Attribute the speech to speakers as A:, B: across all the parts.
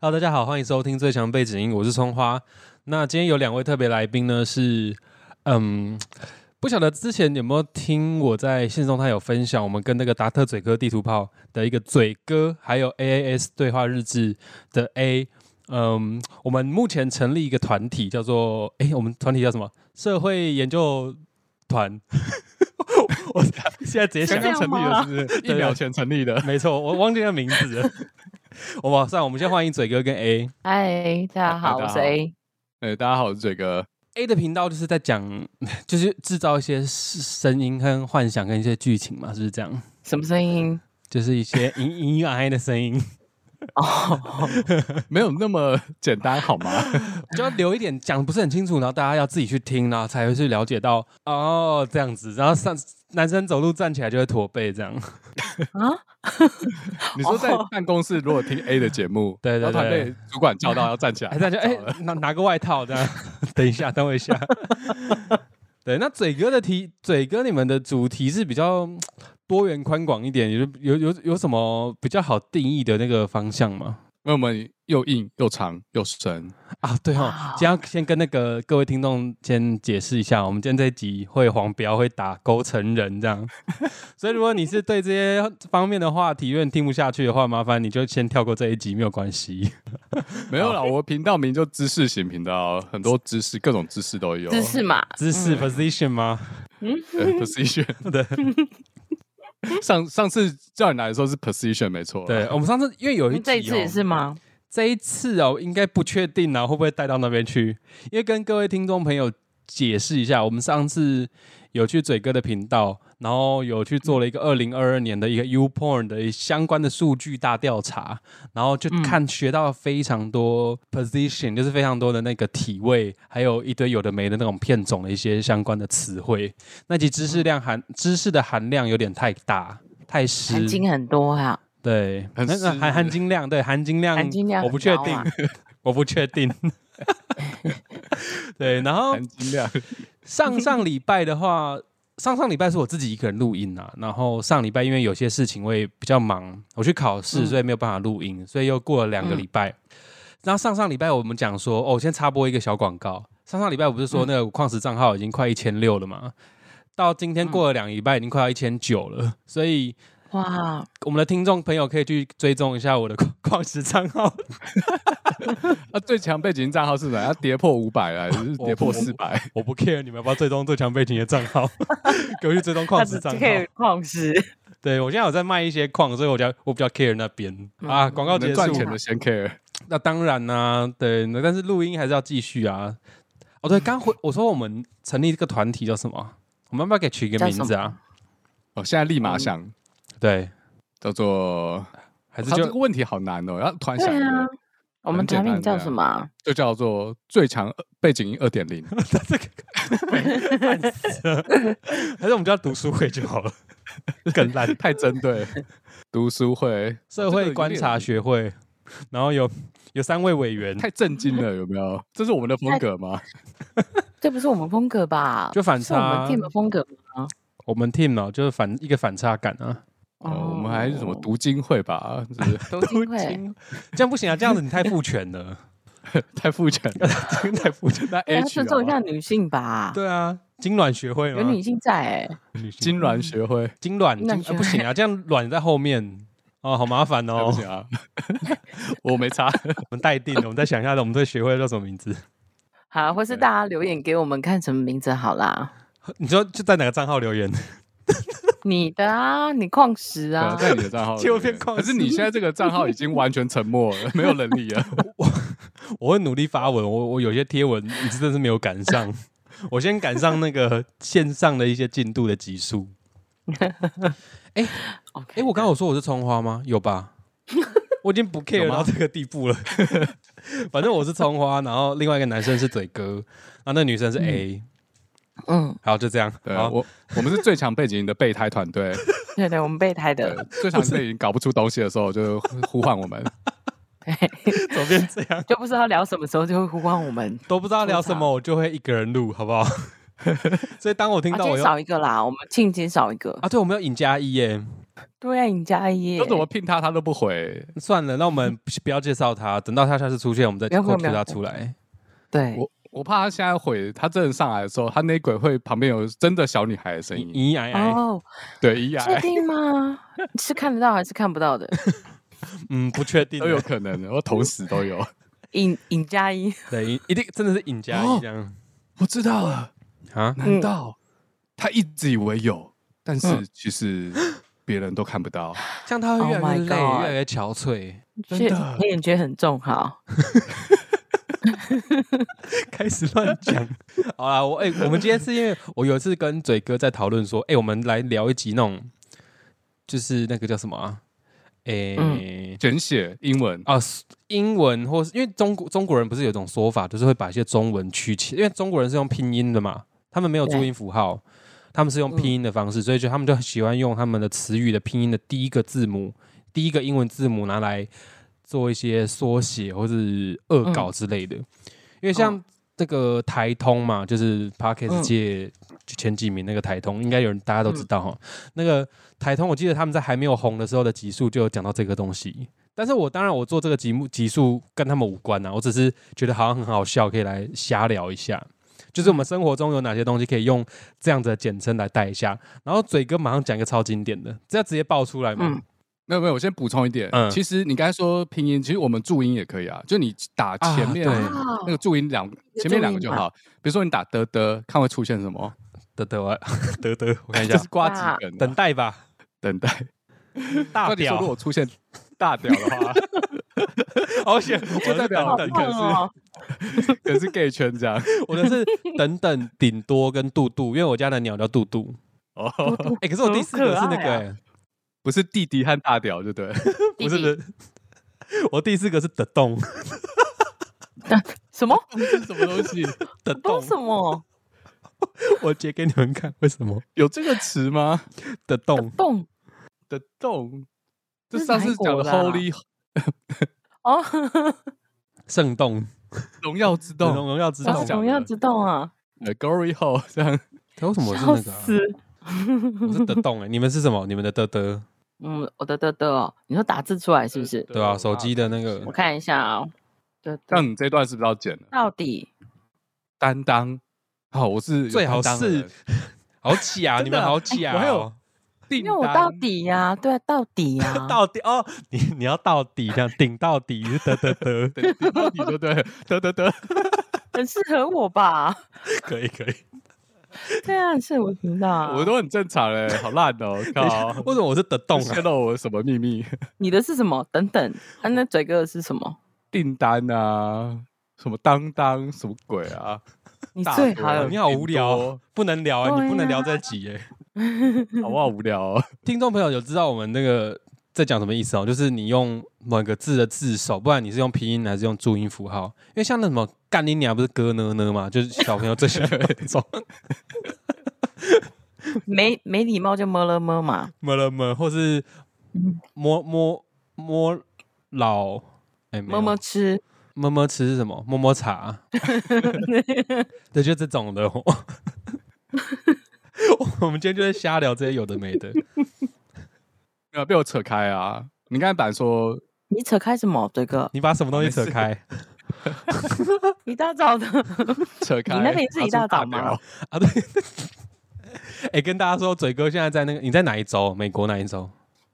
A: Hello，大家好，欢迎收听《最强背景音》，我是葱花。那今天有两位特别来宾呢，是嗯，不晓得之前有没有听我在线中他有分享，我们跟那个达特嘴哥地图炮的一个嘴哥，还有 AAS 对话日志的 A。嗯，我们目前成立一个团体，叫做哎，我们团体叫什么？社会研究团。 我我现在直接想
B: 刚刚成立的，是不是？
A: 对
B: 一秒前成立的。
A: 没错，我忘记那名字了。 我马上，我们先欢迎嘴哥跟 A。
C: 嗨，大家
B: 嗨
C: 好，
B: 大家
C: 我是
B: 好
C: A。
B: 哎，大家好，我是嘴哥。
A: A 的频道就是在讲， 就是制造一些声音跟幻想跟一些剧情嘛，是不是这样？
C: 什么声音？
A: 就是一些嘤嘤呀呀的声音，
C: 哦，
B: 没有那么简单好吗？
A: 就要留一点讲不是很清楚，然后大家要自己去听，然后才会去了解到哦这样子。然后上男生走路站起来就会驼背这样，
B: 你说在办公室如果听 A 的节目，
A: 对对
B: 然后他
A: 对
B: 被主管叫到要站 起来，
A: 还在就哎、
B: 糟了
A: 拿拿个外套这样， 等一下等我一下。 对，那嘴哥的题，嘴哥你们的主题是比较嗯多元宽广一点，有有有有什么比较好定义的那个方向吗？
B: 因为我们又硬又长又深，
A: 啊，对哦，今天要先跟那个各位听众先解释一下，我们今天这一集会黄标，会打勾成人这样， 所以如果你是对这些方面的话题有点听不下去的话，麻烦你就先跳过这一集，没有关
C: 嗯
A: 系。
B: 没有啦，我频道名就知识型频道，很多知识，各种知识都有。
C: 姿势嘛，
A: 姿势 position 吗？
B: 对 position
A: 对
B: 上上次叫你来的时候是 position 没错啦，
A: 对，我们上次因为有一
C: 嗯
A: 集、哦，
C: 这一次也是吗？
A: 这一次哦，应该不确定啊，会不会带到那边去？因为跟各位听众朋友解释一下，我们上次有去嘴哥的频道，然后有去做了一个二零二二年的一个 U Porn 的相关的数据大调查，然后就看学到非常多 position，就是非常多的那个体位，还有一堆有的没的那种片种的一些相关的词汇。那集知识量含知识的含量有点太大。太湿，
C: 含金很多哈，
A: 对，那
B: 很
A: 个
B: 湿
A: 含含金量，对含金量，
C: 含金量
A: 我
C: 很
A: 不确
C: 高
A: 定
C: 啊，
A: 我不确定。 对，然后
B: 含金量。
A: 上上礼拜的话，上上礼拜是我自己一个人录音啊，然后上礼拜因为有些事情我也比较忙，我去考试，
C: 嗯
A: 所以没有办法录音，所以又过了两个礼拜。然后上上礼拜我们讲说，哦，我先插播一个小广告。上上礼拜我不是说那个矿石账号已经快一千六了嘛？到今天过了两个礼拜，已经快要一千九了，所以
C: 哇，
A: 我们的听众朋友可以去追踪一下我的 矿矿石账号，
B: 啊，最强背景账号是什么？要跌破五百啊，还是跌破四百？
A: 我不 care 你们要不要追踪最强背景的账号， 给我去追踪矿石账号。
C: 矿石，
A: 对我现在有在卖一些矿，所以我比较我比较 care 那边、
C: 嗯
A: 啊。广告结
B: 能
A: 束
B: 赚，钱的先 care。
A: 那当然啦、对，那但是录音还是要继续啊。哦，对，刚回我说我们成立这个团体叫什么？我们要不要给取一个
C: 叫
A: 名字
C: 什
A: 啊？
B: 哦，现在立
A: 嗯
B: 马想
A: 对，
B: 叫做，
A: 还是
B: 他这个
A: 就
B: 问题好难哦，要突然
C: 对
B: 想一
C: 啊
B: 个，，
C: 我们
B: 很简
C: 产
B: 单
C: 品叫
B: 的啊
C: 什么啊？
B: 就叫做最强背景音二点零。
A: 这个烂死了，还是我们叫读书会就好 了，更烂。
B: 太针 对读书会，
A: 社会观察学会，然后有有三位委员，
B: 太震惊了，有没有？这是我们的风格吗？
C: 这不是我们风格吧？
A: 就反
C: 是我
A: 差
C: 们 team 的风格吗？
A: 我们 team 呢就是反一个反差感啊，
B: 哦，我们还是什么读经会吧？这是
C: 读经会？
A: 这样不行啊，这样子你太父权了，
B: 太父权了，这个太父权。 那
C: 对啊，
B: H
C: 尊重一
B: 好
C: 下
B: 吗
C: 女性吧，
A: 对啊，精卵学会
C: 有
B: 啊
A: 吗？
C: 女性在哎，
B: 金銮学会，
A: 精卵精
C: 精卵
A: 啊
C: 学
A: 不行啊，这样卵在后面哦，好麻烦
C: 嗯
B: 对
A: 哦
B: 不。起啊， 我没差。
A: 我们待定了，我们再想一下，我们这个学会叫什么名字？
C: 好，或是大家留言给我们看什么名字好啦。
A: 你说就在哪个账号留言？
C: 你的啊，你矿石
B: 对啊
C: 啊，
B: 在你的账号里
A: 结果
B: 面
A: 变矿
B: 可是
A: 石
B: 你现在这个账号已经完全沉默了，没有能力 了。
A: 我会努力发文，我我有些贴文你真的是没有赶上， 我先赶上那个线上的一些进度的集数。哎、
C: OK，
A: 我刚刚有说我是葱花吗？有吧？我已经不 care
B: 有吗
A: 到这个地步了。 反正我是葱花，然后另外一个男生是嘴哥，然后那女生是 A，、
C: 嗯，
A: 好就这样。
B: 对啊
A: 好，
B: 我，我们是最强背景的备胎团队。
C: 对对，我们备胎
B: 对
C: 的，，
B: 最强背景搞不出东西的时候，就呼唤我们。
A: 怎么变这 样？
C: 就不知道聊什么时候就会呼唤我们。
A: 都不知道聊什
C: 出
A: 么，
C: 场
A: 我就会一个人录，好不好？ 所以当我听
C: 啊，
A: 到啊
C: 今
A: 我要
C: 天少一个啦，我们庆今天少一个。
A: 啊，对，我们要尹加一耶，
C: 对啊，尹佳一耶
B: 都，怎么聘他他都不回，
A: 算了，那我 们不不要介绍他，等到他下次出现，我们再
C: 不要不要
A: cue
C: 不要
A: 他出来。
C: 对，
B: 我我怕他现在回，他真的上来的时候，他那鬼会旁边有真的小女孩的声音，
A: 咦咦哎哎，
C: 哦，
B: 对，，E 咿 呀
C: 确定吗？ 是看得到还是看不到的？
A: 嗯，不确定
B: 都，有可能，然后同时都有。
C: 尹尹佳一，
A: 对，一定真的是尹佳
B: 哦
A: 一这样
B: 我知道了，
A: 啊？
B: 难道他一直以为有，但是其实别人都看不到？
A: 这样他会越来
C: Oh
A: 越
C: my
A: 累，
C: God
A: 越来越憔 悴，
B: 真
C: 确
B: 的
C: 黑眼圈很重，好，
A: 开始乱讲。 好啦，我哎、我们今天是因为我有一次跟嘴哥在讨论说，哎、我们来聊一集那种，就是那个叫什么啊？哎、
C: 嗯
B: 卷写英文
A: 啊，是英文或是因为中国中国人不是有一种说法，就是会把一些中文曲解，因为中国人是用拼音的嘛，他们没有注音符号，他们是用拼音的方式，所以就他们就喜欢用他们的词语的拼音的第一个字母，第一个英文字母拿来做一些缩写或是恶搞之类的。因为像这个台通嘛，就是 Parkes
C: 嗯
A: 界前几名那个台通，应该有人大家都知道哈。那个台通，我记得他们在还没有红的时候的集数就有讲到这个东西。但是我当然我做这个节目集数跟他们无关啊，我只是觉得好像很好笑，可以来瞎聊一下。就是我们生活中有哪些东西可以用这样子的简称来带一下，然后嘴哥马上讲一个超经典的，这要直接爆出来嘛
C: 嗯？
B: 没有没有，我先补充一点。
A: 嗯
B: 其实你刚才说拼音，其实我们注音也可以啊，就你打前面、
A: 啊对
C: 哦
B: 那个注音两
C: 个
B: 前面两个就好。比如说你打得得，看会出现什么？
A: 得得我 得得，我看一
B: 就
A: 下
B: 是，瓜子梗啊、
A: 等待吧，
B: 等待。
A: 大
B: 那你说如
A: 表，
B: 果出现大屌的话，
A: 好险，
B: 就代表
A: 我的是等等，
B: 可是
C: 哦
B: 可能是 gay 圈这样。
A: 我的是等等顶多跟杜杜，因为我家的鸟叫杜杜。
B: 哦，
A: 哎，可是我第四个是那个
C: 很
A: 欸，
B: 不是弟弟和大屌，对不对？
A: 不是不是，我第四个是的洞
C: 什么？
B: 这是什么东西？
A: 的
C: 都
A: 洞，
C: 什么？
A: 我截给你们看，为什么
B: 有这个词吗？
A: 的洞？
C: 动
B: 的洞，
C: 这
B: 就是上次讲的
C: 哪一国的啊
B: Holy
C: 哦，
A: 圣洞，
B: 荣耀之
A: 荣
B: 洞，
A: 荣耀之
B: 我
A: 洞
B: 是，讲
C: 荣耀之洞啊，
B: 呃，Glory Hole 这样。
A: 可为什么我是
C: 笑
A: 那个啊？
C: 死！
A: 我是的洞哎，你们是什么？你们的的的，
C: 嗯，我的的的哦，你说打字出来是不是？
A: 对啊手机的那个
C: 我看一下啊，的的
B: 那你这段是不是要剪了？
C: 到底
B: 担当，好，我是有
A: 最好
B: 担当的
A: 是
B: 人
A: 好假，啊
B: 真的
A: 你们好假
B: 我还
A: 哦
B: 有！订
C: 因为我到
B: 单
C: 底呀、对啊，到底呀、
A: 到底哦，你你要到底这样顶到底是得得得，
B: 对顶到底就对了，得得得，
C: 很适合我吧？
A: 可以可以。
C: 对啊，很适合我频道、啊。
B: 我都很正常嘞，好烂哦，靠！
A: 为 什么我是的洞啊
B: 泄？露我什么秘密？
C: 你的是什么？等等，啊，那嘴哥的是什么？
B: 订单啊，什么当当，什么鬼 啊？
C: 你
B: 大
C: 最
B: 哥
C: 好有
A: 你好无聊
B: 顶多
A: 哦，不能聊哎、
C: 对啊
A: 你不能聊这集哎、
B: 好不好无聊哦？
A: 听众朋友有知道我们那个在讲什么意思哦？就是你用某个字的字首，不然你是用拼音还是用注音符号？因为像那什么干你娘不是哥呢呢嘛，就是小朋友最喜欢那 种
C: 没没礼貌就么了么嘛。
A: 么了么，或是摸摸摸老哎没有
C: 么么吃，
A: 么么吃是什么？么么茶，对，就这种的、哦。我们今天就在瞎聊这些有的没的。
B: 没有被我扯开啊！你刚才板说
C: 你扯开什么，嘴哥？
A: 你把什么东西扯
B: 没事
A: 开
C: 一大早的，
B: 扯开，
C: 你那个也是
B: 拿
C: 一
B: 出
C: 大
B: 大
C: 早吗
B: 表？
A: 啊？对。 哎、跟大家说，嘴哥现在在那个，你在哪一州？美国哪一州？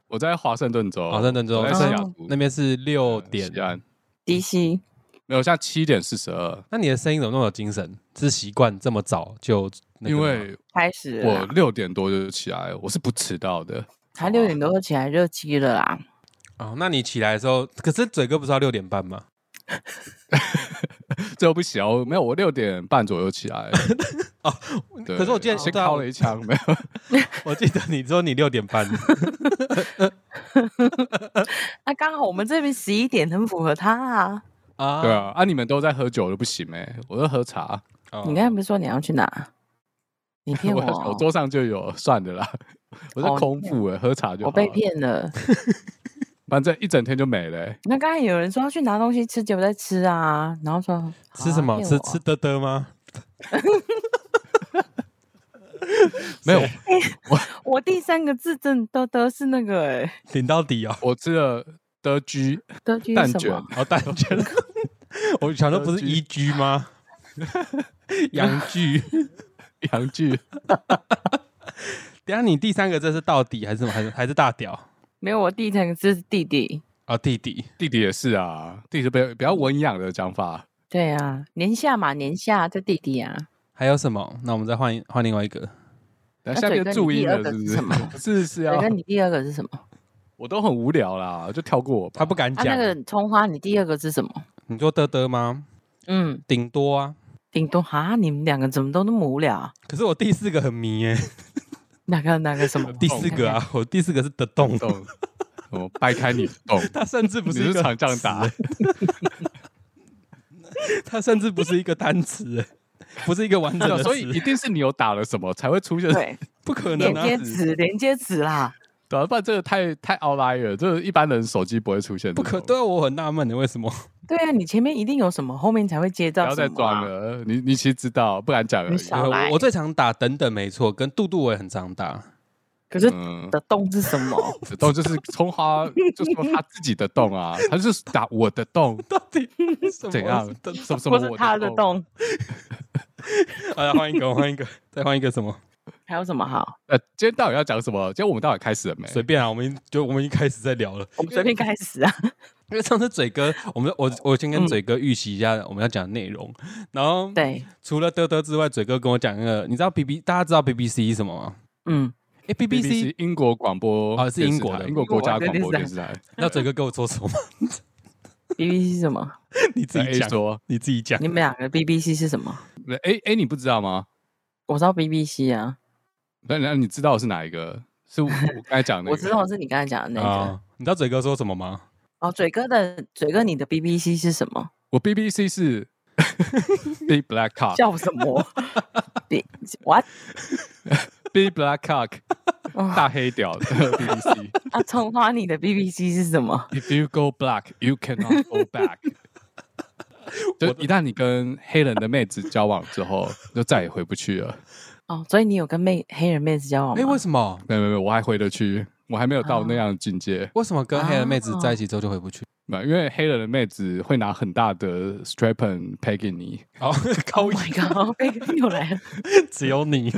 B: 我在华盛顿州，
A: 华盛顿州
B: 哦我在
C: 所
B: 西
C: 以
B: 雅图呃
A: 那边是六点。
B: 西安，
C: 迪西，
B: 没有，现在七点四十二，
A: 那你的声音怎么那么有精神？是习惯这么早就那个
B: 因
A: 吗？啊
B: 为
C: 开始了
B: 我
C: 啦
B: 六点多就起来了，我是不迟到的。
C: 才六点多就起来热气了啦。
A: 哦，那你起来的时候，可是嘴哥不是要六点半吗？
B: 最后不行，我没有，我六点半左右起来。 对
A: 哦可是我记得
B: 先
A: 对啊
B: 敲了一枪，没有，
A: 我记得你说你六点半，
C: 那刚好我们这边十一点很符合他啊。
A: 啊
B: 对啊，啊，你们都在喝酒就不行哎，我在喝茶，
A: 哦
C: 你刚才不是说你要去哪？你 骗
B: 我
C: 我
B: 我
C: 哦，
B: 桌上就有，算的啦，我在
C: 哦
B: 空腹哎，喝茶就好
C: 我被
B: 了，
C: 骗了。
B: 反正一整天就没了欸。
C: 那刚才有人说要去拿东西吃，结果在吃啊，然后说啊
A: 吃什么？吃吃，
C: 好啊
A: 的的吗？
B: 没有，
C: 我第三个字真的都是那个哎、
A: 顶到底哦，
B: 我吃了德居
C: 德军
B: 蛋
C: 什
B: 卷
C: 么？
A: 好蛋卷。 我想说不是一居 吗？洋居。
B: 洋剧，
A: 等一下你第三个字是到底还是什么？还是还是大屌？
C: 没有，我第三个字是弟弟。
A: 哦，弟弟。
B: 弟弟也是啊，弟弟是比较比较文雅的讲法。
C: 对啊，年下嘛，年下就弟弟啊。
A: 还有什么？那我们再换一换另外一个。
B: 等
C: 那
B: 下下
C: 嘴
B: 面
C: 跟
B: 注
C: 你第
B: 音
C: 二
B: 了
C: 个
B: 是不
C: 是
B: 是
C: 什么？
B: 是是
C: 对，
B: 啊
C: 那，你第二个是什么？
B: 我都很无聊啦，就跳过我吧。
A: 他不敢
C: 啊，
A: 讲。
C: 那个葱花，你第二个是什么？
A: 你说得得吗？
C: 嗯，
A: 顶多啊。
C: 顶多哈，你们两个怎么都那么无聊、啊？
A: 可是我第四个很迷耶、？
C: 哪个哪个什么
A: 第四个啊，我第四个是得动，
B: 懂，我掰开你懂，
A: 它甚 至不
B: 你
A: 哦是一
B: 是
A: 个
B: 厂长打，
A: 它甚至不是一个单词、欸，不是一个完整的词，
B: 所以一定是你有打了什么才会出现
C: 我看 看。对，
A: 不可能
C: 连
A: 啊，
C: 接词，连接词啦。
B: 对啊，不然这个太太 outlier，了这个一般人手机不会出现
A: 不
B: 这种。
A: 可。对啊，我很纳闷的，为什么？
C: 对啊，你前面一定有什么，啊后面才会接
B: 不
C: 到、
B: 要再装。了，你你其实知道，不敢讲而
C: 你
B: 已。
C: 少
A: 我
C: 来
A: 我最常打等等没错，跟杜杜我也很常打，
C: 可是
B: 嗯，
C: 的洞是什么？
B: 的洞就是葱花，就说他自己的洞 啊，他就是打我的洞，
A: 到 底什么
B: 怎样
A: 是等？
B: 什 么什么
C: 不
B: 我
C: 是他的
B: 洞，
C: 洞，
A: 啊，换一个，换一个，再换一个什么？
C: 还有什么好？
B: 呃，今天到底要讲什么？今天我们到底开始了没？
A: 随便啊，我们就我们一开始在聊了，
C: 我们随便开 始啊。
A: 因为上次嘴哥，我们我我先跟嘴哥预习一下我们要讲的内容，然后
C: 对，
A: 除了得得之外，嘴哥跟我讲那个，你知道 B B 大家知道 B B C 什么吗？
C: 嗯，
A: 哎，B B C
B: 英国广播
A: 啊是
B: 电视
A: 英国的
B: 台英国国家广播电视台。
A: 那嘴哥跟我说什么？
C: BBC 是什么？
A: 你 自
B: 那
A: 己
B: A
A: 讲，
B: 哎说
A: 你自己讲
C: 你。们两个 BBC 是什么？
B: 那，A A 你不知道吗？
C: 我知道 BBC 啊，
B: 那那你知道是哪一个？是我我刚才 讲的那个。
C: 我知道是你刚才讲的那个。
A: 啊，你知道嘴哥说什么吗？
C: 哦，嘴哥的嘴哥，你的 BBC 是什么？
B: 我 BBC 是 Big Black Cock，Big
C: 叫什么？B what？
B: Black Cock，
C: 哦
B: 大黑 屌的 BBC。
C: 啊，葱花，你的 BBC 是什么？
B: If you go black, you cannot go back 。就一旦你跟黑人的妹子交往之后，就再也回不去了。
C: 哦，所以你有跟妹黑人妹子交往
A: 哎，
C: 吗
A: 为？什么？
B: 没有没有没有，我还回得去，我还没有到那
C: 哦
B: 样的境界。
A: 为什么跟黑人妹子在一起之后就回不去？
B: 那因为黑人的妹子会拿很大的 strap and peg 给你，
A: 哦， 高
C: Oh my god！贝克又来了，
A: 只有你，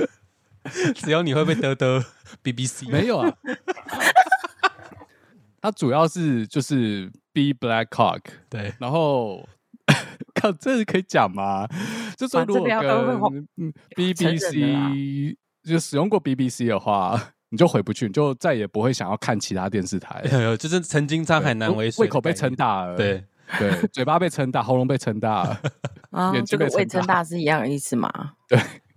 A: 只有你会被得得 B B C。
B: 没有啊？它主要是就是 B black cock，
A: 对，
B: 然后 靠，这可以讲吗？就说
C: 哇
B: 如
C: 这
B: 果
C: 不要都会
B: 跟嗯
C: 承认了啦
B: BBC 就使用过 BBC 的话，你就回不去，你就再也不会想要看其他电视台了。
A: 有有，就是曾经沧海难为水，
B: 胃口被撑。大了，
A: 对，
B: 对，嘴巴被撑大，喉咙被撑 大了，
C: 啊
B: 眼，睛
C: 这个
B: 被撑
C: 胃撑
B: 大
C: 大是一样的意思嘛？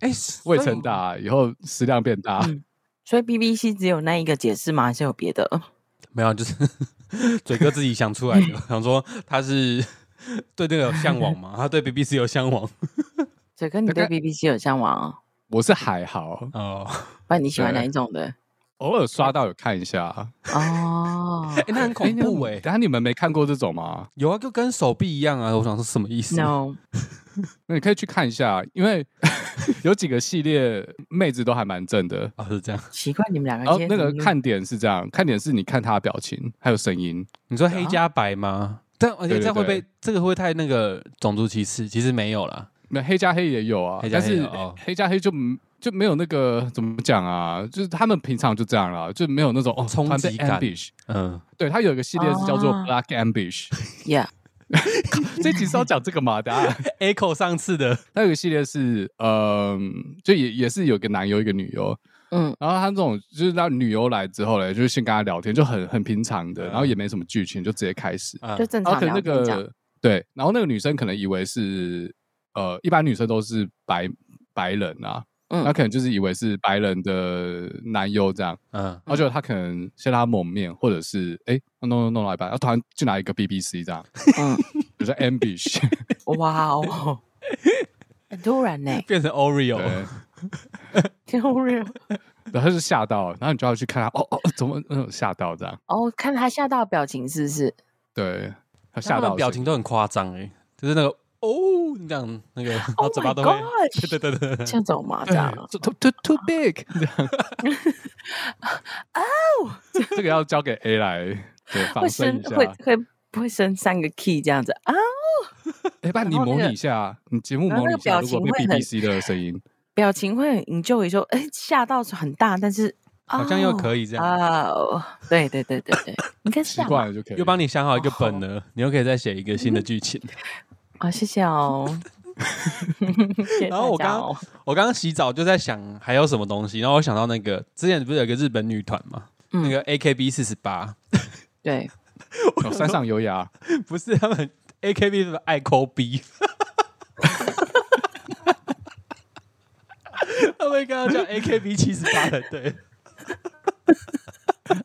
A: 哎，
B: 胃
A: 所以
B: 撑大以后食量变大，
C: 嗯所以 BBC 只有那一个解释吗？还是有别的？
A: 没有，就是 嘴哥自己想出来的，想说他是 对这个有向往嘛，他对 B B C 有向往。
C: 嘴哥，你
B: 大
C: 对
B: 概
C: BBC 有向往哦？
B: 我是还好，
A: 哦，
C: 不然你喜欢哪
B: 对
C: 一种的？
B: 偶尔刷到有看一下。
C: 哦
A: 哎，那很恐怖哎。
B: 等下你们没看过这种吗？
A: 有啊，就跟手臂一样啊！我想说什么意思？
C: ，no，
B: 那你可以去看一下，因为 有几个系列妹子都还蛮正的，
A: 哦，是这样。
C: 奇怪，你们两个
B: 然后
C: 今天
B: 哦那
C: 怎
B: 个
C: 么
B: 看点是这样，看点是你看他的表情还有声音，
A: 你说黑加白吗？但而且
B: 对对
A: 这样会被
B: 对
A: 这个会不会太那个种族歧视？其实没有啦，
B: 那黑加黑也有啊，
A: 黑加
B: 但
A: 黑有
B: 是
A: 哦
B: 黑加黑就就没有那个怎么讲啊，就是他们平常就这样啦，就没有那种哦
A: 冲
B: 突然被
A: 击感
B: ambush
A: 嗯，
B: 对，他有一个系列是叫做
C: 啊
B: Black Ambush，、
C: Yeah，
B: 这集是要讲这个嘛？等下，
A: echo 上次的
B: 他有一个系列是，呃，就也也是有一个男优一个女优，
C: 嗯，
B: 然后他这种就是让女优来之后嘞，就是先跟他聊天，就很很平常的，
A: 嗯
B: 然后也没什么剧情，就直接开始。
A: 啊
C: 就正
B: 然后
C: 常
B: 可能
C: 聊
B: 那
C: 天这样。
B: 个对，然后那个女生可能以为是呃，一般女生都是白白人啊，
C: 嗯
B: 她可能就是以为是白人的男优这样，
A: 嗯，
B: 然后就她可能先让他蒙面，或者是哎弄弄弄到一半，然后突然就拿一个 BBC 这样，
C: 嗯，
B: 比如说 ambush，
C: 哇哦，很突然呢、
A: 变成
B: 对，
A: Oreo，
C: 突然
B: 然后她就吓到，然后你就要去看她，哦哦，怎么嗯吓到这样，
C: 哦，看他吓到的表情是不是？
B: 对，她
A: 他
B: 吓
A: 们
B: 到
A: 的表
B: 情。
A: 情都很夸张哎，就是那个哦呜这样那 个，然后
C: Oh my
A: 嘴巴都会，
C: gosh
A: 对对对对对
C: 这样走嘛，这样。啊哦
B: 对，too too too big，这样。 哦， 这个要交给 A 来对仿
C: 会
B: 生
C: 升
B: 一下
C: 会。会不会升三个 key 这样子啊？
B: 哎，不然你
C: 然后那
B: 模
C: 个
B: 拟一下，你节目
C: 然后
B: 模
C: 那
B: 拟一下，
C: 个表
B: 如果
C: 情
B: 变
C: 会很
B: BBC 的声音，
C: 表情会很 enjoy 说，哎，吓到是很大，但是
A: 好像又
C: 以
A: 可以这样，
C: 啊，哦对对对对对，应该是这
B: 习
C: 样
B: 惯
C: 吧
B: 了就可以。
A: 又帮你想好一个本了，你又可以再写一个新的剧 情。
C: 啊，谢谢哦。 谢谢
A: 然后我
C: 大家
A: 刚
C: 哦
A: 我刚刚洗澡就在想还有什么东西，然后我想到那个之前不是有个日本女团嘛，
C: 嗯
A: 那个 AKB 四十八，
C: 对，
B: 哦山上优雅，
A: 不是他们 AKB 是不是爱抠逼？ 他们刚刚讲 AKB 七十八的，对，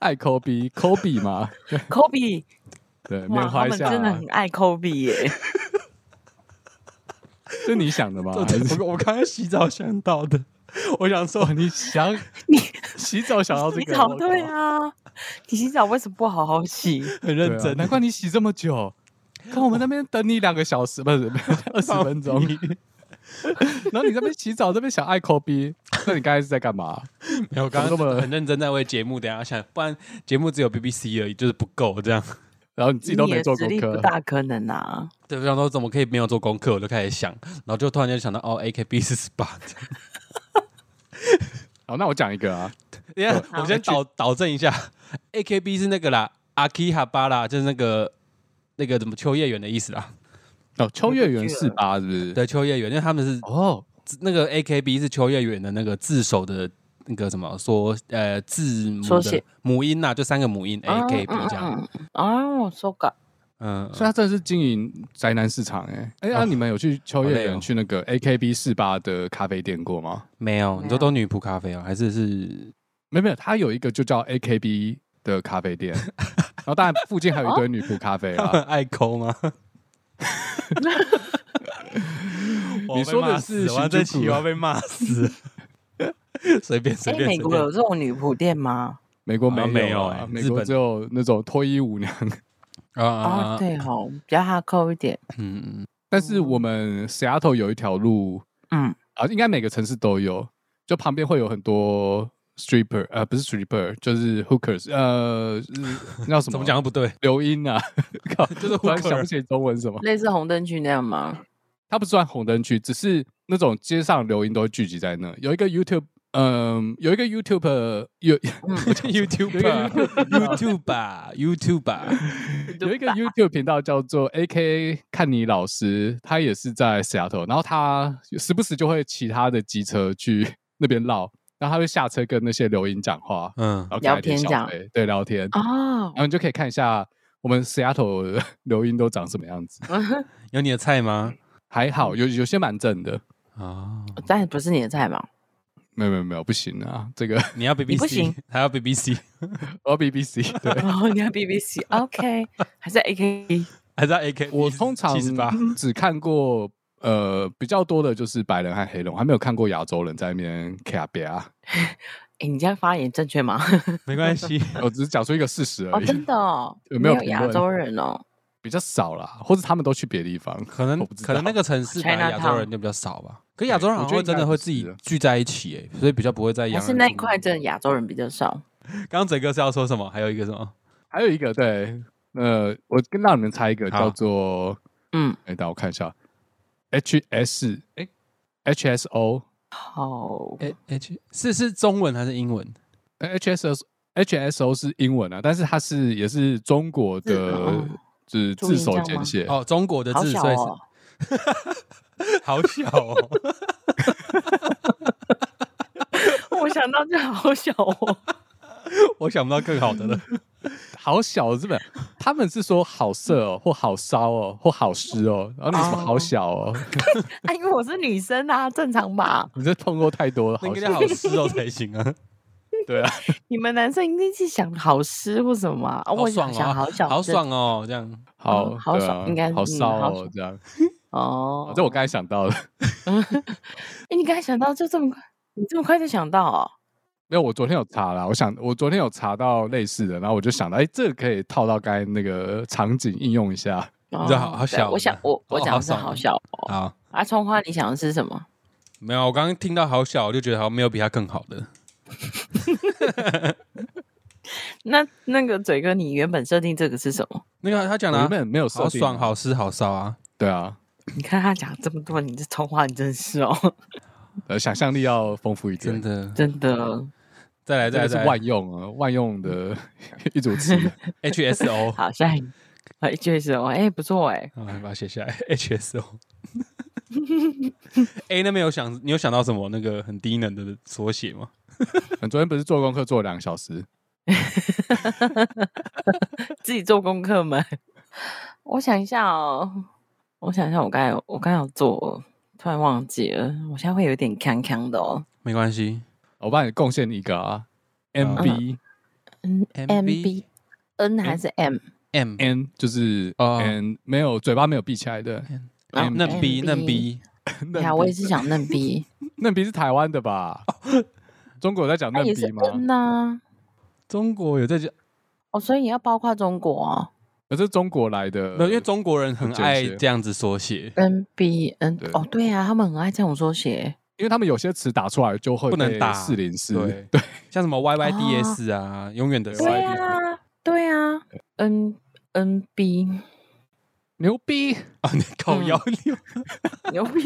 B: 爱抠鼻，抠鼻嘛，
C: 科 比，
B: 对，缅
C: 哇，他
B: 怀一
C: 们
B: 下
C: 真的
B: 啊
C: 很，爱科比耶。
B: 是你想的 吗？还是
A: 我我刚刚洗澡想到的，我想说
B: 哦，你想
C: 你
B: 洗澡想到这
C: 洗
B: 个，我
C: 澡
B: 靠
C: 对，啊，你洗澡为什么不好好洗？
A: 很
B: 对啊
A: 认真，
B: 难怪你洗这么久。看我们那边等你两个小时，不是 二十分钟，然后你这边洗澡，这边想爱抠逼，那你刚才是在干嘛？
A: 没有，我刚
B: 怎么那
A: 刚
B: 么
A: 很认真在为节目，等一下想，不然节目只有 BBC 而已，就是不够这样。
B: 然后你自己都
C: 你
B: 没
C: 的
B: 做
C: 实
B: 功
C: 力不
B: 课，
C: 大可能啊。
A: 对，我想说怎么可以没有做功课，我就开始想，然后就突然间想到哦，AKB 四十八。
B: 好，那我讲一个啊，
A: 等一下，
C: 好
A: 我先导导正一下，AKB 是那个啦，阿基哈巴啦，就是那个那个怎么秋叶原的意思啦。
B: 哦，秋叶原
C: 那个
B: 四八是不是？，
A: 对，秋叶原，因为他们是
B: 哦，
A: 那个 AKB 是秋叶原的那个自首的那个什么说呃字母
C: 缩
A: 的
C: 写
A: 母音呐、就三个母音
B: 哎
A: AKB 这样。
C: 嗯嗯嗯哦，so good。
A: 嗯，
B: 所以他真的是经营宅男市场哎、哎、那、
A: 哦
B: 你们有去秋
A: 好
B: 叶
A: 累哦
B: 原去那个 AKB 四八的咖啡店过吗？
A: 没有，你
C: 没
A: 说
C: 有
A: 都女仆咖啡哦，还是是
B: 没有没有，它有一个就叫 AKB 的咖啡 店，然后当然附近还有一堆女仆咖啡
A: 他们
B: 啦。
A: 爱抠吗？我要被
B: 你说的
A: 骂死
B: 是
A: 我要这
B: 新竹
A: 期我要被骂 死，随便随
C: 哎，
A: 便
C: 美
A: 随
C: 国有
A: 便，
C: 这种女仆店吗？
B: 美国
A: 好像
B: 没有
A: 没有
B: 啊，
A: 欸
B: 美
A: 日
B: 国
A: 本
B: 只有那种脱衣舞娘。
A: 啊啊
C: 啊，
A: 啊，
C: 对哦，比较哈扣一点。
A: 嗯，嗯
B: 但是我们 Seattle 有一条路
C: 嗯，
B: 啊，应该每个城市都有，就旁边会有很多 stripper，呃，不是 stripper，就是 hookers，呃，是叫什么？
A: 怎么讲？都不对，
B: 留 音啊，靠，
A: 就是
B: 突然想
A: hooker
B: 不起中文什么。
C: 类似红灯区那样吗？
B: 它不算红灯区，只是那种街上流音都会聚集在那。有一个 YouTube，嗯、有一个 YouTube，有
C: 嗯
A: YouTube
B: 有 一
A: YouTube 吧 YouTube 吧，
B: 有一个 YouTube 频道叫做 AK 看你老师，他也是在 Seattle，然后他时不时就会骑他的机车去 那边绕，然后他会下车跟那些留音讲话，
A: 嗯
B: 然，后给他
C: 聊
B: 一点
C: 天
B: 小
C: 这样
B: 费，对，聊天，
C: 哦
B: 然，后你就可以看一下我们 Seattle 的 留音都长什么样子。
A: 有你的菜吗？
B: 还
C: 嗯
B: 好有有些蛮正的，哦
A: 啊，
C: 但不是你的菜嘛？
B: 没有没有没有，不行啊，这个
A: 你要 BBC，
C: 不行
A: 还要 BBC，
B: 我要 BBC 对。
C: 然哦后你要 BBC，OK，还是 E AKB？
A: 还是要 AK？
B: 我通常
A: 七十八，
B: 只看过呃比较多的就是白人和黑人，我还没有看过亚洲人在那边 K 啊别啊。
C: 哎，你这样发言正确吗？
A: 没关系，
B: 我只是讲出一个事实
C: 哦，
B: 而已，
C: 真的哦，
B: 有没
C: 没
B: 有
C: 有
B: 评
C: 亚
B: 论
C: 洲人哦？
B: 比较少啦，或者他们都去别的地方，
A: 可能
B: 我不知道
A: 可能那个城市本来亚
C: Chinatown
A: 洲人就比较少吧，可亚洲人好像
B: 对
A: 会
B: 我觉得
A: 真的会自
B: 应该
A: 己
B: 不
A: 聚在一起，哎，所以比较不会在洋
C: 还
A: 人。
C: 哦是那一块真的亚洲人比较少？
A: 刚刚整个是要说什么？还有一个什么？
B: 还有一个对，呃，我跟让你们猜一个
A: 好
B: 叫做
C: 嗯，
B: 哎，等我看一下，H S 哎 H S O
C: 好，
A: 哎 H 是是中文还是英文？
B: 哎 H S O H S O 是英文啊，但是它是也是中国
C: 日文
B: 的
C: 哦，
B: 就是
C: 注
B: 字
C: 音这
B: 首
C: 样
B: 简
C: 吗
B: 写
A: 哦，中国的
C: 好
A: 字，
C: 小
A: 所以
C: 哦
A: 是。 好小哦。
C: 我想到这好小哦，
A: 我想不到更好的了。
B: 好小日本，他们是说好色
C: 嗯
B: 哦，或好骚哦，或好湿哦，然后你什么好小哦，
C: 啊，因为我是女生啊，正常吧？
B: 你这碰过太多了，
A: 那
B: 好
A: 应该叫
B: 小
A: 好吃哦才行 啊！
B: 对啊，
C: 你们男生一定是想好湿或什么啊？啊
A: 好
C: 我
A: 爽
C: 想
A: 哦，
C: 想好
A: 好
C: 小，
A: 爽哦，这样。
B: 好
C: 好
B: 对啊
C: 爽应该
B: 好
C: 嗯
B: 骚
C: 好
B: 哦
C: 爽
B: 这样，
C: 哦。
B: 这我刚才想到了，
C: 哎，你刚才想到就这么快，你这么快就想到哦？
B: 没有，我昨天有查啦，我想我昨天有查到类似的，然后我就想到，哎，这个可以套到刚才那个场景应用一下，
C: 你
A: 知道好好小
C: 哦我想我我
A: 哦
C: 讲
A: 好
C: 的是
A: 爽
C: 好
A: 哦
C: 小哦。
A: 好，
C: 啊，葱花，你想的是什么？
A: 没有，我刚刚听到好小，我就觉得好像没有比他更好的。
C: 那那个嘴哥，你原本设定这个是什么？
A: 那个他讲的、
B: 我
A: 啊
B: 原、本没有设
A: 好
B: 定
A: 爽、好吃、好骚啊，
B: 对啊，
C: 你看他讲这么多，你这葱花，你真是哦，
B: 呃，想象力要丰富一点
A: 真，的。
C: 真的。
A: 再来
B: 这
A: 再
B: 个
A: 来
B: 是
A: 再来
B: 万用啊，万用的 一组 词。
A: ，HSO，
C: 好，下一个，哎，确实哦，哎，不错哎，
A: 啊，把它写下来，HSO。A 那边有想，你有想到什么那个很低能的缩写吗？
B: 你昨天不是做功课做了两个小时？
C: 自己做功课吗？ 我想一下哦，我想一下，我刚才有我刚才有做，突然忘记了，我现在会有点康康的哦。
A: 没关系
B: 我帮你贡献一个啊，MB
C: 嗯
A: MB
C: N 还是 M？
A: ，M
B: N 就是
A: 哦
B: N 没有嘴巴没有闭起来的，
C: 然后
B: 嗯
A: 嫩 B 嫩 B，
C: 对啊，我也是想嫩 B，
B: 嫩鼻是台湾的吧？中国有在讲
C: 那
B: 嫩
C: 也是
B: 鼻吗？
C: N 呐、
A: 中国有在讲，
C: 哦，所以也要包括中国哦
B: 可是中国来的，
A: 没有因为中国人很爱这样子缩写，
C: ，N B N
B: 对
C: 哦，对啊，他们很爱这种缩写，
B: 因为他们有些词打出来就会
A: 不能打
B: 四零四，
A: 对像什么 YYDS 啊，永远的
C: 哦对
A: Y，
C: 啊，对啊，N N B
B: 牛逼，
A: 啊，你靠腰
C: 嗯
A: 六，
C: 牛逼，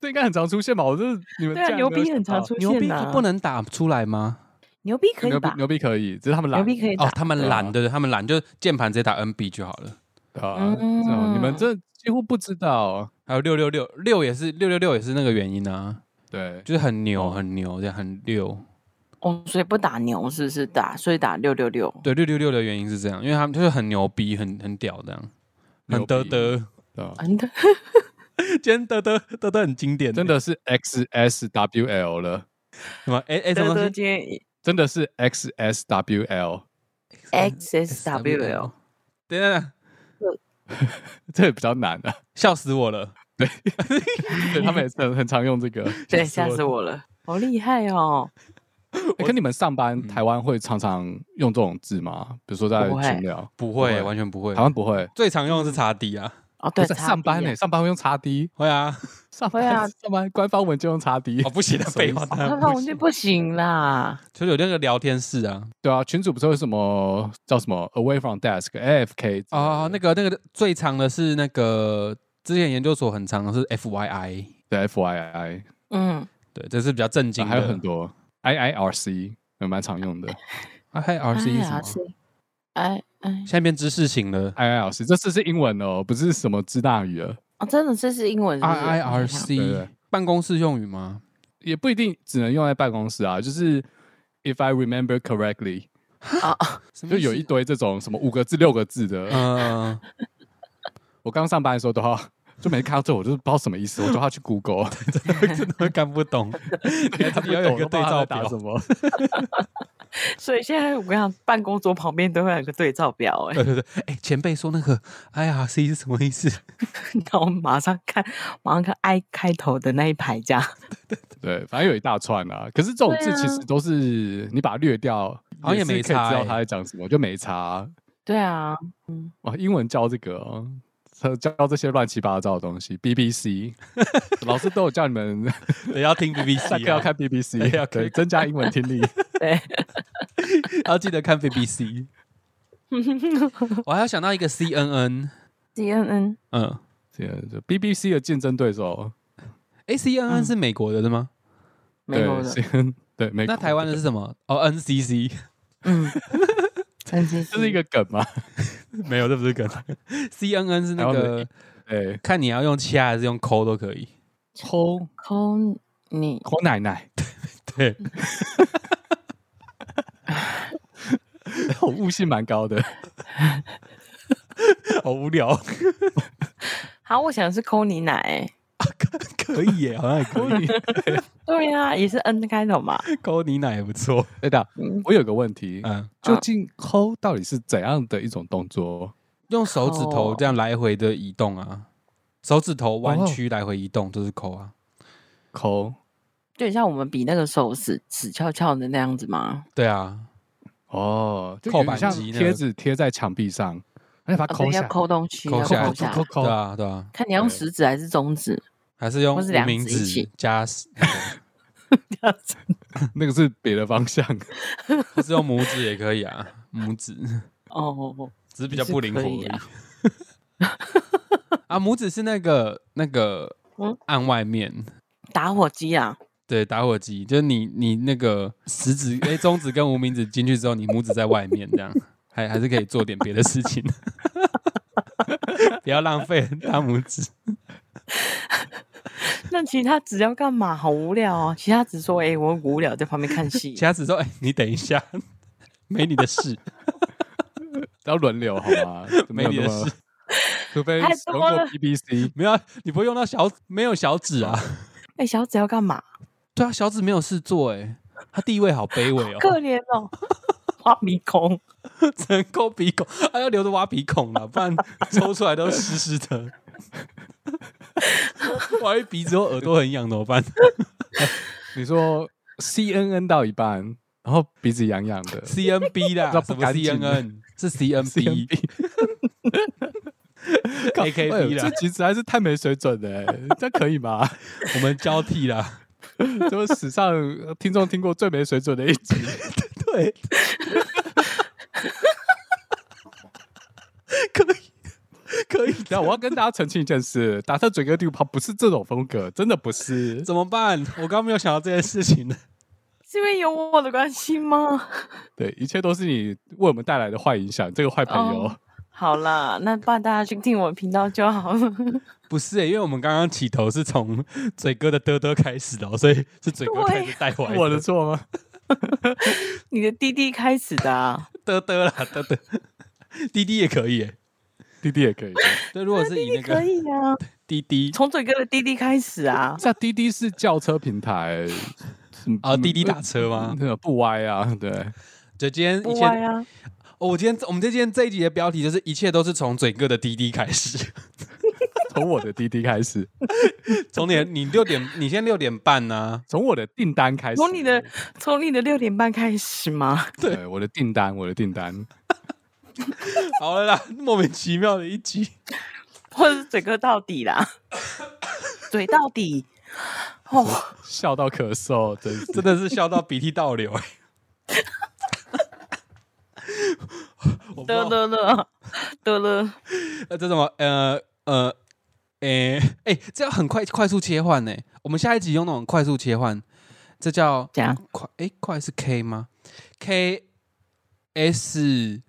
B: 这应该很常出现吧？我就是哦你们
C: 对啊
B: 竟然
C: 牛
B: 没有
C: 逼很
B: 想到
C: 常 出现
A: 牛逼
C: 呐
A: 不能打出来吗？
C: 牛逼可以
B: 牛逼
C: 吧？
B: 牛逼可以，只是他们懒
C: 牛逼可以
A: 哦
C: 打，，
A: 他们懒，对对，他们懒，就键盘直接打 NB 就好了。
B: 啊，
C: 嗯
B: 这种你们这几乎不知道，
A: 还有六六六六也是六六六也是那个原因啊，
B: 对，
A: 就是很牛
B: 哦
A: 很牛这样很六。
C: 哦，所以不打牛是不是打，所以打六六六。
A: 对，六六六的原因是这样，因为他们就是很牛逼，很很屌这样，很
B: 牛逼
A: 得得。
B: 对啊
C: 嗯的，
A: 今天得得得得很经典，
B: 真的是 X S W L 了，
A: 什么？哎哎，什么东
C: 德德
A: 西
C: 今天
B: 真的是 X S W L，
C: X S W L，
A: 哦等一下等一下，
B: 这也比较难啊。
A: 笑死我了！
B: 对他们也是很很常用这个。
C: 对，
A: 吓
C: 吓
A: 死我
C: 死我了，好厉害哦！
B: 欸、跟你们上班，台湾会常常用这种字吗？比如说在
C: 不会
B: 群聊，
A: 不
B: 不
A: 会，
B: 会
A: 完全不会
B: 台。湾不会。
A: 最常用的是查 D 啊，
C: 哦，对，
B: 在
C: 差
B: 上
C: 别
B: 班呢、上班会用叉 D，
A: 会 啊，
B: 上
C: 会
B: 班、
C: 啊
B: 上班官方文就用叉 D，、
A: 哦不 行的，废话，当
C: 他
A: 然
C: 放
A: 不
C: 文
A: 行
C: 就不行啦。
A: 就是有那个聊天室啊，
B: 对啊，群主不是有什么叫什么 away from desk 哎 AFK
A: 哦，那
B: 个
A: 个那个最长的是那个之前研究所很长的是 FYI，
B: 对 FYI，
C: 嗯，
A: 对，这是比较正经
B: 啊
A: 的，
B: 还有很多 IIRC 也蛮常用的
A: 啊，还有 RC 是什么？
C: 哎哎
A: 现，在变知识型了
B: IIRC，这次是英文哦，不是什么支那语了，
C: 哦，真的这是英文是不是我想想
B: 对对
A: ，RIRC 办公室用语吗？
B: 也不一定只能用在办公室啊，就是 if I remember correctly，就
C: 哦
B: 有一堆这种什么五个字六个字的，
A: 嗯，
B: 我刚上班的时候都要，就没看到这，我就是不知道什么意思，我就要去 Google，
A: 真的会看不懂， 你还是要有一个 对照
B: 打
A: 表
B: 什。么？
C: 所以现在我跟你讲，办公桌旁边都会有一个对照表，哎，
A: 对对对，哎，前辈说那个 IRC 是什么意思？
C: 然后马上看，马上看 I 开头的那一排这样。
B: 对，反正有一大串啊。可是这种字
C: 对啊
B: 其实都是你把它略掉，
A: 好像也
B: 是
A: 没
B: 可以
A: 差
B: 知道
A: 欸
B: 他在讲什么，就没差啊。
C: 对啊，
B: 哇，英文教这个、哦，教这些乱七八糟的东西，BBC 老师都有叫你们
A: 也 要听 BBC，
B: 下课要
A: 啊
B: 看
A: 对要
B: BBC，
A: 看
B: 对，增加英文听力。
C: 对，
A: 要记得看 BBC。我还要想到一个 CNN，
C: C N N
A: 嗯，
B: 这个就 BBC 的竞争对手，
A: 哎，CNN 是美国的对吗？
C: 没有的，
B: 对是对，美
A: 那
B: 国
A: 台湾的是什么？哦，NCC
C: 嗯， 真是
B: 这是一个梗嘛？
A: 没有，这不是梗。CNN 是那
B: 台湾
A: 个
B: 对，
A: 看你要用掐还是用抠都可以。
B: 抠
C: 抠你
B: 抠奶 奶，
A: 对，
B: 我悟性蛮高的。
A: 好无聊，
C: 好，我想的是抠你奶、欸。
A: 可以耶，好像也可以。
C: 对啊，也是 N 开头嘛。
A: 抠你奶也不错。
B: 对的，
C: 嗯，
B: 我有个问题，
A: 嗯，
B: 究竟抠到底是怎样的一种动作？
A: 用手指头
C: 抠
A: 这样来回的移动啊，手指头弯曲来回移动就是抠啊。
B: 抠
C: 就很像我们比那个手死死翘翘的那样子吗？
A: 对啊，
B: 哦，就
A: 扣
B: 有
A: 板
B: 点像
A: 机那个
B: 贴纸贴在墙壁上，而且把它
C: 哦对
B: 抠下
C: 要
B: 来，
C: 抠东西，
A: 抠
C: 要
A: 啊下来
C: 抠下来
B: 抠抠抠
A: 对啊对啊，
C: 看你要用
B: 对
C: 食指还是中指，
A: 还是用
C: 或是
A: 无
C: 两
A: 名
C: 指一
A: 指
C: 起
A: 加，
B: 那个是别的方向。
A: 或是用拇指也可以啊，拇指
C: 哦，
A: 只是比较
C: 也是
A: 不灵活
C: 可
A: 而
C: 以
A: 已
C: 啊。
A: 啊，拇指是那个那个
C: 嗯
A: 按外面，
C: 打火机啊，
A: 对，打火机，就是你你那个食指、哎、中指跟无名指进去之后，你拇指在外面，这样还还是可以做点别的事情， 不要浪费大拇指。
C: 那其他指要干嘛？好无聊哦。其他指说，哎、我很无聊，在旁边看戏
A: 其。他指说，哎、你等一下，没你的事，
B: 要轮流好 吗？
A: 没
B: 有
A: 你
B: 那
A: 的
B: 么
A: 事，
B: 除非
C: 太
B: 通
C: 多
B: 过
C: 了
B: BBC
A: 没有啊，你不会用到小，没有小指啊。
C: 哎、小指要干嘛？
A: 对啊，小指没有事做、哎，他地位好卑微
C: 可
A: 哦，
C: 怜哦，挖鼻孔。
A: 只能抠鼻孔，还、要留着挖鼻孔了，不 然抽出来都湿湿的。万一鼻子或耳朵很痒怎么办？
B: 你说 CNN 到一半，然后鼻子痒痒 的
A: CNB 啦，
B: 那
A: 什
B: 不
A: 么
B: 干净
A: CNN 是 CNB AKB
B: 哎这
A: 啦，
B: 其实还是太没水准了欸、这可以吗？
A: 我们交替啦。
B: 这是史上呃听众听过最没水准的一集。
A: 对， 可以可以，
B: 然后我要跟大家澄清一件事， 打特嘴哥地跑不是这种风格，真的不是。
A: 怎么办？我刚刚没有想到这件事情呢。
C: 是因为有我的关系吗？
B: 对，一切都是你为我们带来的坏影响，这个坏朋 友。
C: 哦好啦，那不然大家去听我的频道就好了。
A: 不是、欸，因为我们刚刚起头是从嘴哥的嘚嘚开始的哦、所以是嘴哥
C: 对
B: 啊
A: 开始带坏
B: 我的错吗？
C: 你的弟弟开始的、啊，
A: 嘚嘚啦，嘚嘚， 滴滴也可以、欸。
B: 弟弟也可以。
A: 对，如果是以那
C: 可
A: 个
C: 以啊，
A: 滴滴
C: 从嘴哥的弟弟开始啊。
B: 像滴滴是轿车平台嗯
A: 啊，滴滴打车吗？
B: 那个不歪啊，对，
A: 就今天
C: 不
A: 以
C: 歪
A: 前
C: 啊！
A: 哦，我今天我们这今天这一集的标题就是一切都是从嘴哥的滴滴开始，
B: 从我的滴滴开始，
A: 从你的你六点，你先六点半啊呢、
B: 从我的订单开始，
C: 从你的从你的六点半开始吗？
B: 对我的订单，我的订单，
A: 好了啦，莫名其妙的一集，
C: 或者是嘴哥到底啦，嘴到底哦，
B: 笑到咳嗽，真是
A: 真的是笑到鼻涕倒流、欸。我不知
C: 得
A: 道
C: 了了得了，
A: 呃，这什么呃呃，诶、诶、这要很快快速切换呢、我们下一集用那种快速切换，这叫
C: 这样
A: 快诶、快是 K 吗？K S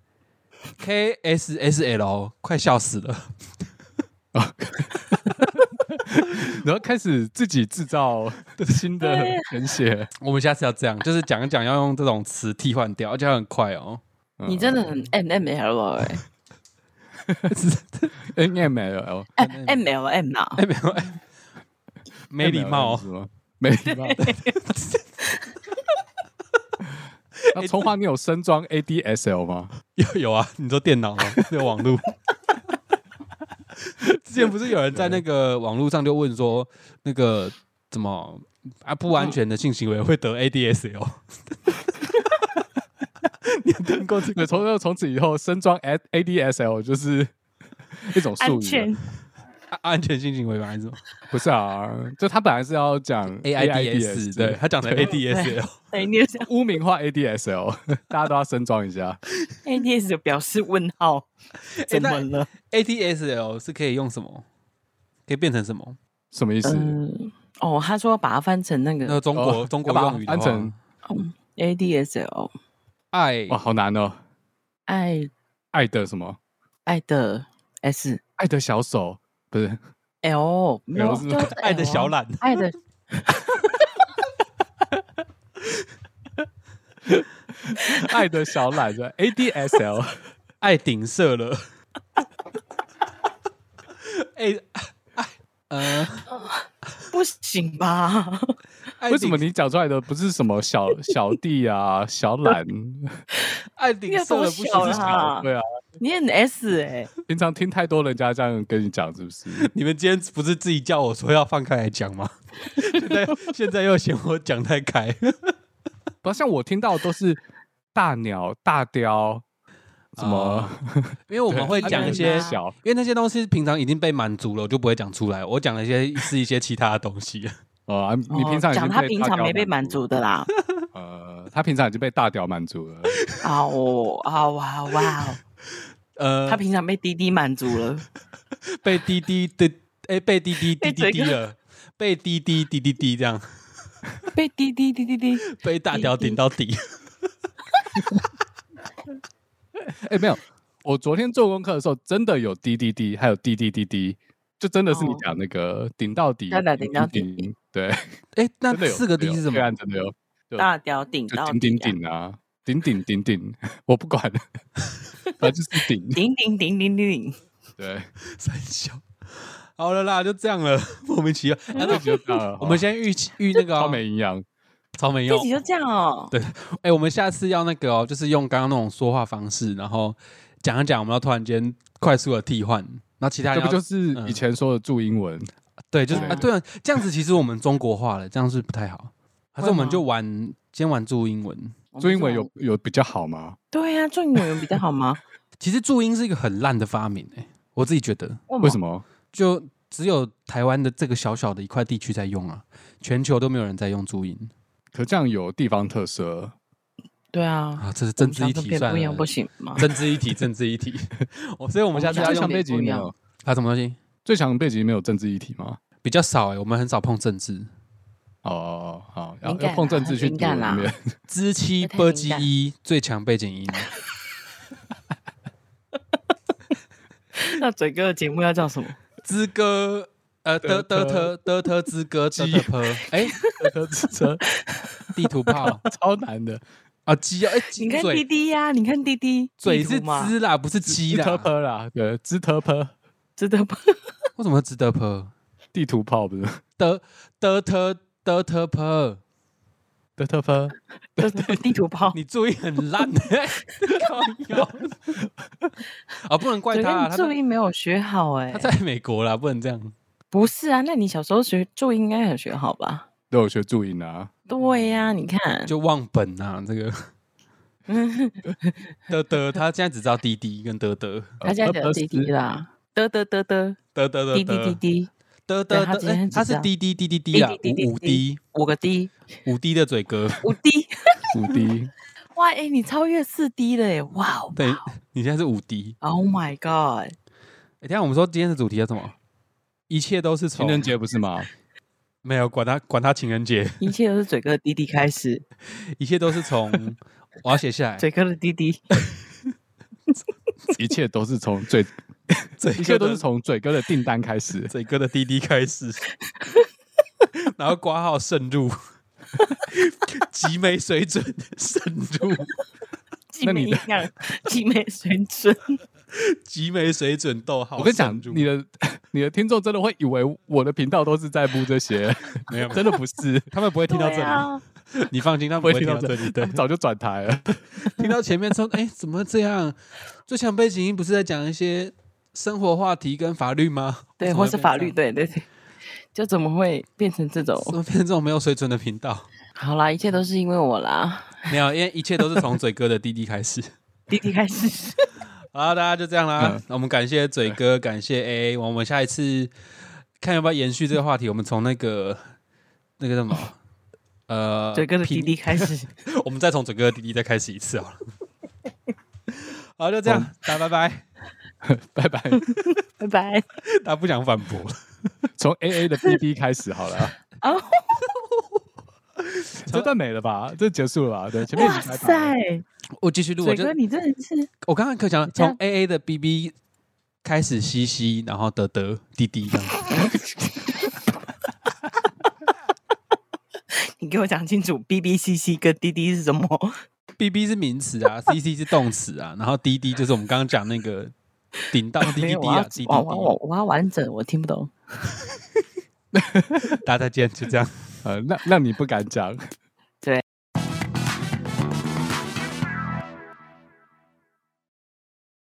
A: K S S L，快笑死了！
B: 然后开始自己制造新的人写，
A: 我们下次要这样，就是讲一讲要用这种词替换掉，而且要很快哦。
C: 你
B: 嗯
C: 真的很 M M L 哎
B: N M L
C: ，M 啊 L M 啦，
A: 哎，没有，哎没礼貌。哦
B: 吗？没礼貌。 那从华，你有身装 A D S L 吗？
A: 有有啊，你说电脑吗？ 有网路。之前不是有人在那个网络上就问说，那个怎么啊不安全的性行为会得 ADSL？你有听过这
B: 对，
A: 个？
B: 从从此以后，身装 A A D S L 就是 一种术
C: 安
B: 语了
C: 全。
A: 啊安全性行为吗？还是什么
B: 不是啊，就他本来是要讲
A: AIDS？对他讲成 ADSL，
C: 哎，你是
B: 污名化 ADSL，大家都要升装一下。
C: A D S 表示问 号，
A: 哎
C: 怎么了？
A: ？ADSL 是可以用什么？可以变成什么？
B: 什么意思？
C: 嗯，哦，他说把它翻成那
A: 那
C: 个
A: 中国
B: 哦
A: 中国
B: 要把它
A: 用语的
B: 翻
A: 话
B: 成，
C: A D S L，
A: 爱
B: 哇，好难哦！
C: 爱
B: 爱的什么？
C: 爱的 S
B: 爱的小手不是
C: L，没有
B: 是
C: 就是
A: 爱的
C: L 啊
A: 小懒，
C: 爱的
B: 爱的小懒是吧 ADSL，
A: 爱顶射 了。哎、爱呃，
C: 不行吧？
A: 爱
B: 为什么
A: 顶
B: 你讲出来的不是什么小小弟啊、小懒？
A: 爱顶
C: 你有
A: 射
C: 多
A: 了不行
C: 小
A: 是
C: 啦
A: 小？
C: 啊
B: 对啊，
C: 你很 S 哎、
B: 平常听太多人家这样跟你讲，是不是？
A: 你们今天不是自己叫我说要放开来讲吗？ 现在现在又嫌我讲太开，
B: 不像我听到都是大鸟、大雕、什
C: 哦
B: 么，
A: 因为我们会讲一
B: 对
A: 些
B: 它就很小，
A: 因为那些东西平常已经被满足了，我就不会讲出来。我讲了一些是一些其他的东西。
B: 哦，啊你平常已经
C: 讲他
B: 被
C: 平
B: 大
C: 常
B: 雕
C: 没被满足的啦。
B: 呃，他平常已经被大屌满足了，
C: 啊哦啊哇哇哦，
A: 呃，
C: 他平常被滴滴满足了，
A: 被滴滴的，哎、被滴滴滴
C: 被
A: 滴
C: 嘴
A: 滴了，被滴滴滴滴滴这样，
C: 被滴滴滴滴滴。
A: 被大屌顶到 底。
B: 哎，没有，我昨天做功课的时候，真的有滴滴滴，还有滴滴滴滴，就真的是你
C: 哦
B: 讲那个顶到底，
C: 真的顶到底，
B: 对，
A: 哎、那
B: 真的有
A: 四个 D
B: 真的有
A: 是什
B: 个案
A: 么？
B: 真的有，就
C: 大屌顶
B: 就
C: 到
B: 顶顶
C: 底啊
B: 顶啊，顶顶顶顶， 我不管，反正就是顶，
C: 顶顶顶顶 顶顶，
B: 对，
A: 三小。 好了啦，就这样了， 莫名 其妙。哎
B: 那就这样了
A: 我们先预期预那个、哦、
B: 超没营养，
A: 超没
C: 这
A: 用
C: 集。就这样哦。
A: 哎、我们下次要那个哦，就是用刚刚那种说话方式，然后讲一讲，我们要突然间快速的替换，然后其他
B: 这
A: 人
B: 不
A: 要
B: 就是以前说的注英文？
A: 对，就是
C: 对
A: 啊，对啊，这样子其实我们中国化了，这样是不太好。还是我们就玩，先玩注英文。
C: 我们
B: 注英文
C: 这种
B: 有有比较好吗？
C: 对呀，注英文有比较好吗？
A: 其实注音是一个很烂的发明、欸，我自己觉得，
B: 为什
C: 么？
B: 么？
A: 就只有台湾的这个小小的一块地区在用啊，全球都没有人在用注音
B: 可这样有地方特色，
C: 对啊，
A: 啊，这是政治
C: 我
A: 议
C: 们想
A: 题
C: 跟别人
A: 算
C: 不一样不
A: 了，
C: 行 吗？
A: 政治议题，政治议题。 我所以我们下次
C: 我
A: 要
B: 最
C: 们下
A: 用
B: 强
C: 次
B: 背景没有，
A: 啊什么东西
B: 最强背景没有政治议题吗？
A: 比较少哎、我们很少碰政治。
B: 哦哦哦，好，要
C: 敏感
B: 要
C: 啦
B: 碰政治去
C: 很敏
B: 读
C: 感啊
B: 里 面，
A: 知七
C: 不太
A: 波
C: 敏
A: 基
C: 感
A: 一最强背景 音，
C: 那嘴哥的节目要叫什么？
A: 之歌呃的的特的特之歌的特坡哎
B: 车车车
A: 地图 炮
B: 超难 的，
A: 啊鸡啊哎
C: 你看滴
A: 嘴
C: 滴呀，你看滴滴，
A: 嘴
C: 地
A: 是
C: 图嘛，
A: 之啦不是鸡
B: 支特
A: 啦，
B: 坡啦，对，支特坡
C: 知道吧？
A: 为什么值得坡
B: 地图炮不是
A: 的的特的特
C: 哦
A: 坡？
B: 的特坡，
C: 这是地图炮。
A: 你注意很 烂哎，靠腰啊不能怪
C: 嘴
A: 他
C: 哥
A: 啊，
C: 你
A: 他
C: 注
A: 在
C: 音没有学好哎
A: 他，在美国啦，不能这样。
C: 不是啊？那你小时候学注音应该很学好吧？
B: 都有学注音啊，
C: 对呀，你看，
A: 嗯就忘本啊，这 个。的的，他现在只知道滴滴跟得得
C: 他现在
A: 呃
C: 讲滴滴啦，得得得得，
A: 得得得
C: 滴滴滴滴，
A: 得得
C: 对他
A: 得，
C: 今天
A: 哎
C: 只
A: 他是
C: 知道
A: 滴滴滴滴滴啊，
C: 滴滴
A: 五五
C: 滴滴滴
A: D
C: 五个 D，
A: 五 D 的嘴哥，
C: 五 D，
B: 五 D，
C: 哇，哎，你超越四 D 了耶，哇哦
A: 对你现在是五 D。
C: ，Oh my God！
A: 哎，等一下我们说今天的主题叫什么？一切都是从
B: 情人节不是吗？
A: 没有管他管他情人节，
C: 一切都是嘴哥的滴滴开始，
A: 一切都是从我要写下来，
C: 嘴哥的 滴滴，
B: 一切都是从最，
A: 嘴
B: 一
A: 哥
B: 切
A: 的
B: 都是从嘴哥的订单开始，
A: 嘴哥的滴滴开始，然后挂号渗入，极没水准渗入，
C: 既
B: 那
C: 没
B: 你的
C: 营养，既没水准，
A: 极没水准逗号。
B: 我跟你讲
A: 渗，入
B: 你的 你的听众真的会以为我的频道都是在播这些，
A: 没有没有
B: 真的不是，
A: 他们不 会听到这
C: 对
A: 里，
C: 啊，
A: 你放心，他们
B: 不
A: 不
B: 会
A: 会
B: 听
A: 听到
B: 到这
A: 这
B: 里
A: 里。
B: 的，
A: 对，
B: 早就转台了。
A: 听到前面说，哎、怎么这样？最强背景音不是在讲一些生活话题跟法律吗？
C: 对，
A: 为什么会
C: 或是
A: 变
C: 法律，
A: 这样
C: 对对对，就怎么会变成这种？
A: 怎么变成这种没有水准的频道？
C: 好啦，一切都是因为我啦，
A: 没有，因为一切都是从嘴哥的弟弟开始。
C: 滴滴开始，
A: 好啦，大家就这样啦
B: 嗯。
A: 那我们感谢嘴哥，感谢 A A。我们下一次看要不要延续这个话题，我们从那个那个什么。呃，
C: 嘴哥的滴
A: 频
C: 滴开始，
A: 我们再从嘴哥的弟弟再开始一次好了。好，就这样，大家拜拜。
B: 拜拜，
C: 拜拜。
A: 大家不想反驳了。
B: 从 A A 的 B B 开始好 了。
C: 啊，
B: 这段没了吧？这结束了吧？对，前面已
C: 哇
B: 经开
C: 塞
B: 台了，，
A: 我继续录，我
C: 嘴
A: 就
C: 哥你真的是
A: 我刚刚可讲
C: 这
A: 从
C: 样
A: A A 的 B B 开始西西，然后得得滴滴这样。
C: 你给我讲清楚，B B C C 跟滴滴是什么？
A: B B 是名词啊，C C 是动词啊，然后滴滴就是我们刚刚讲那个顶到滴
C: 没
A: 滴
C: 有，
A: 滴
C: 我要
A: 啊，滴滴
C: 我我
A: 滴。
C: 我我要完整，我听不懂。
A: 大家再见，就这样。
B: 呃，那让你不敢讲，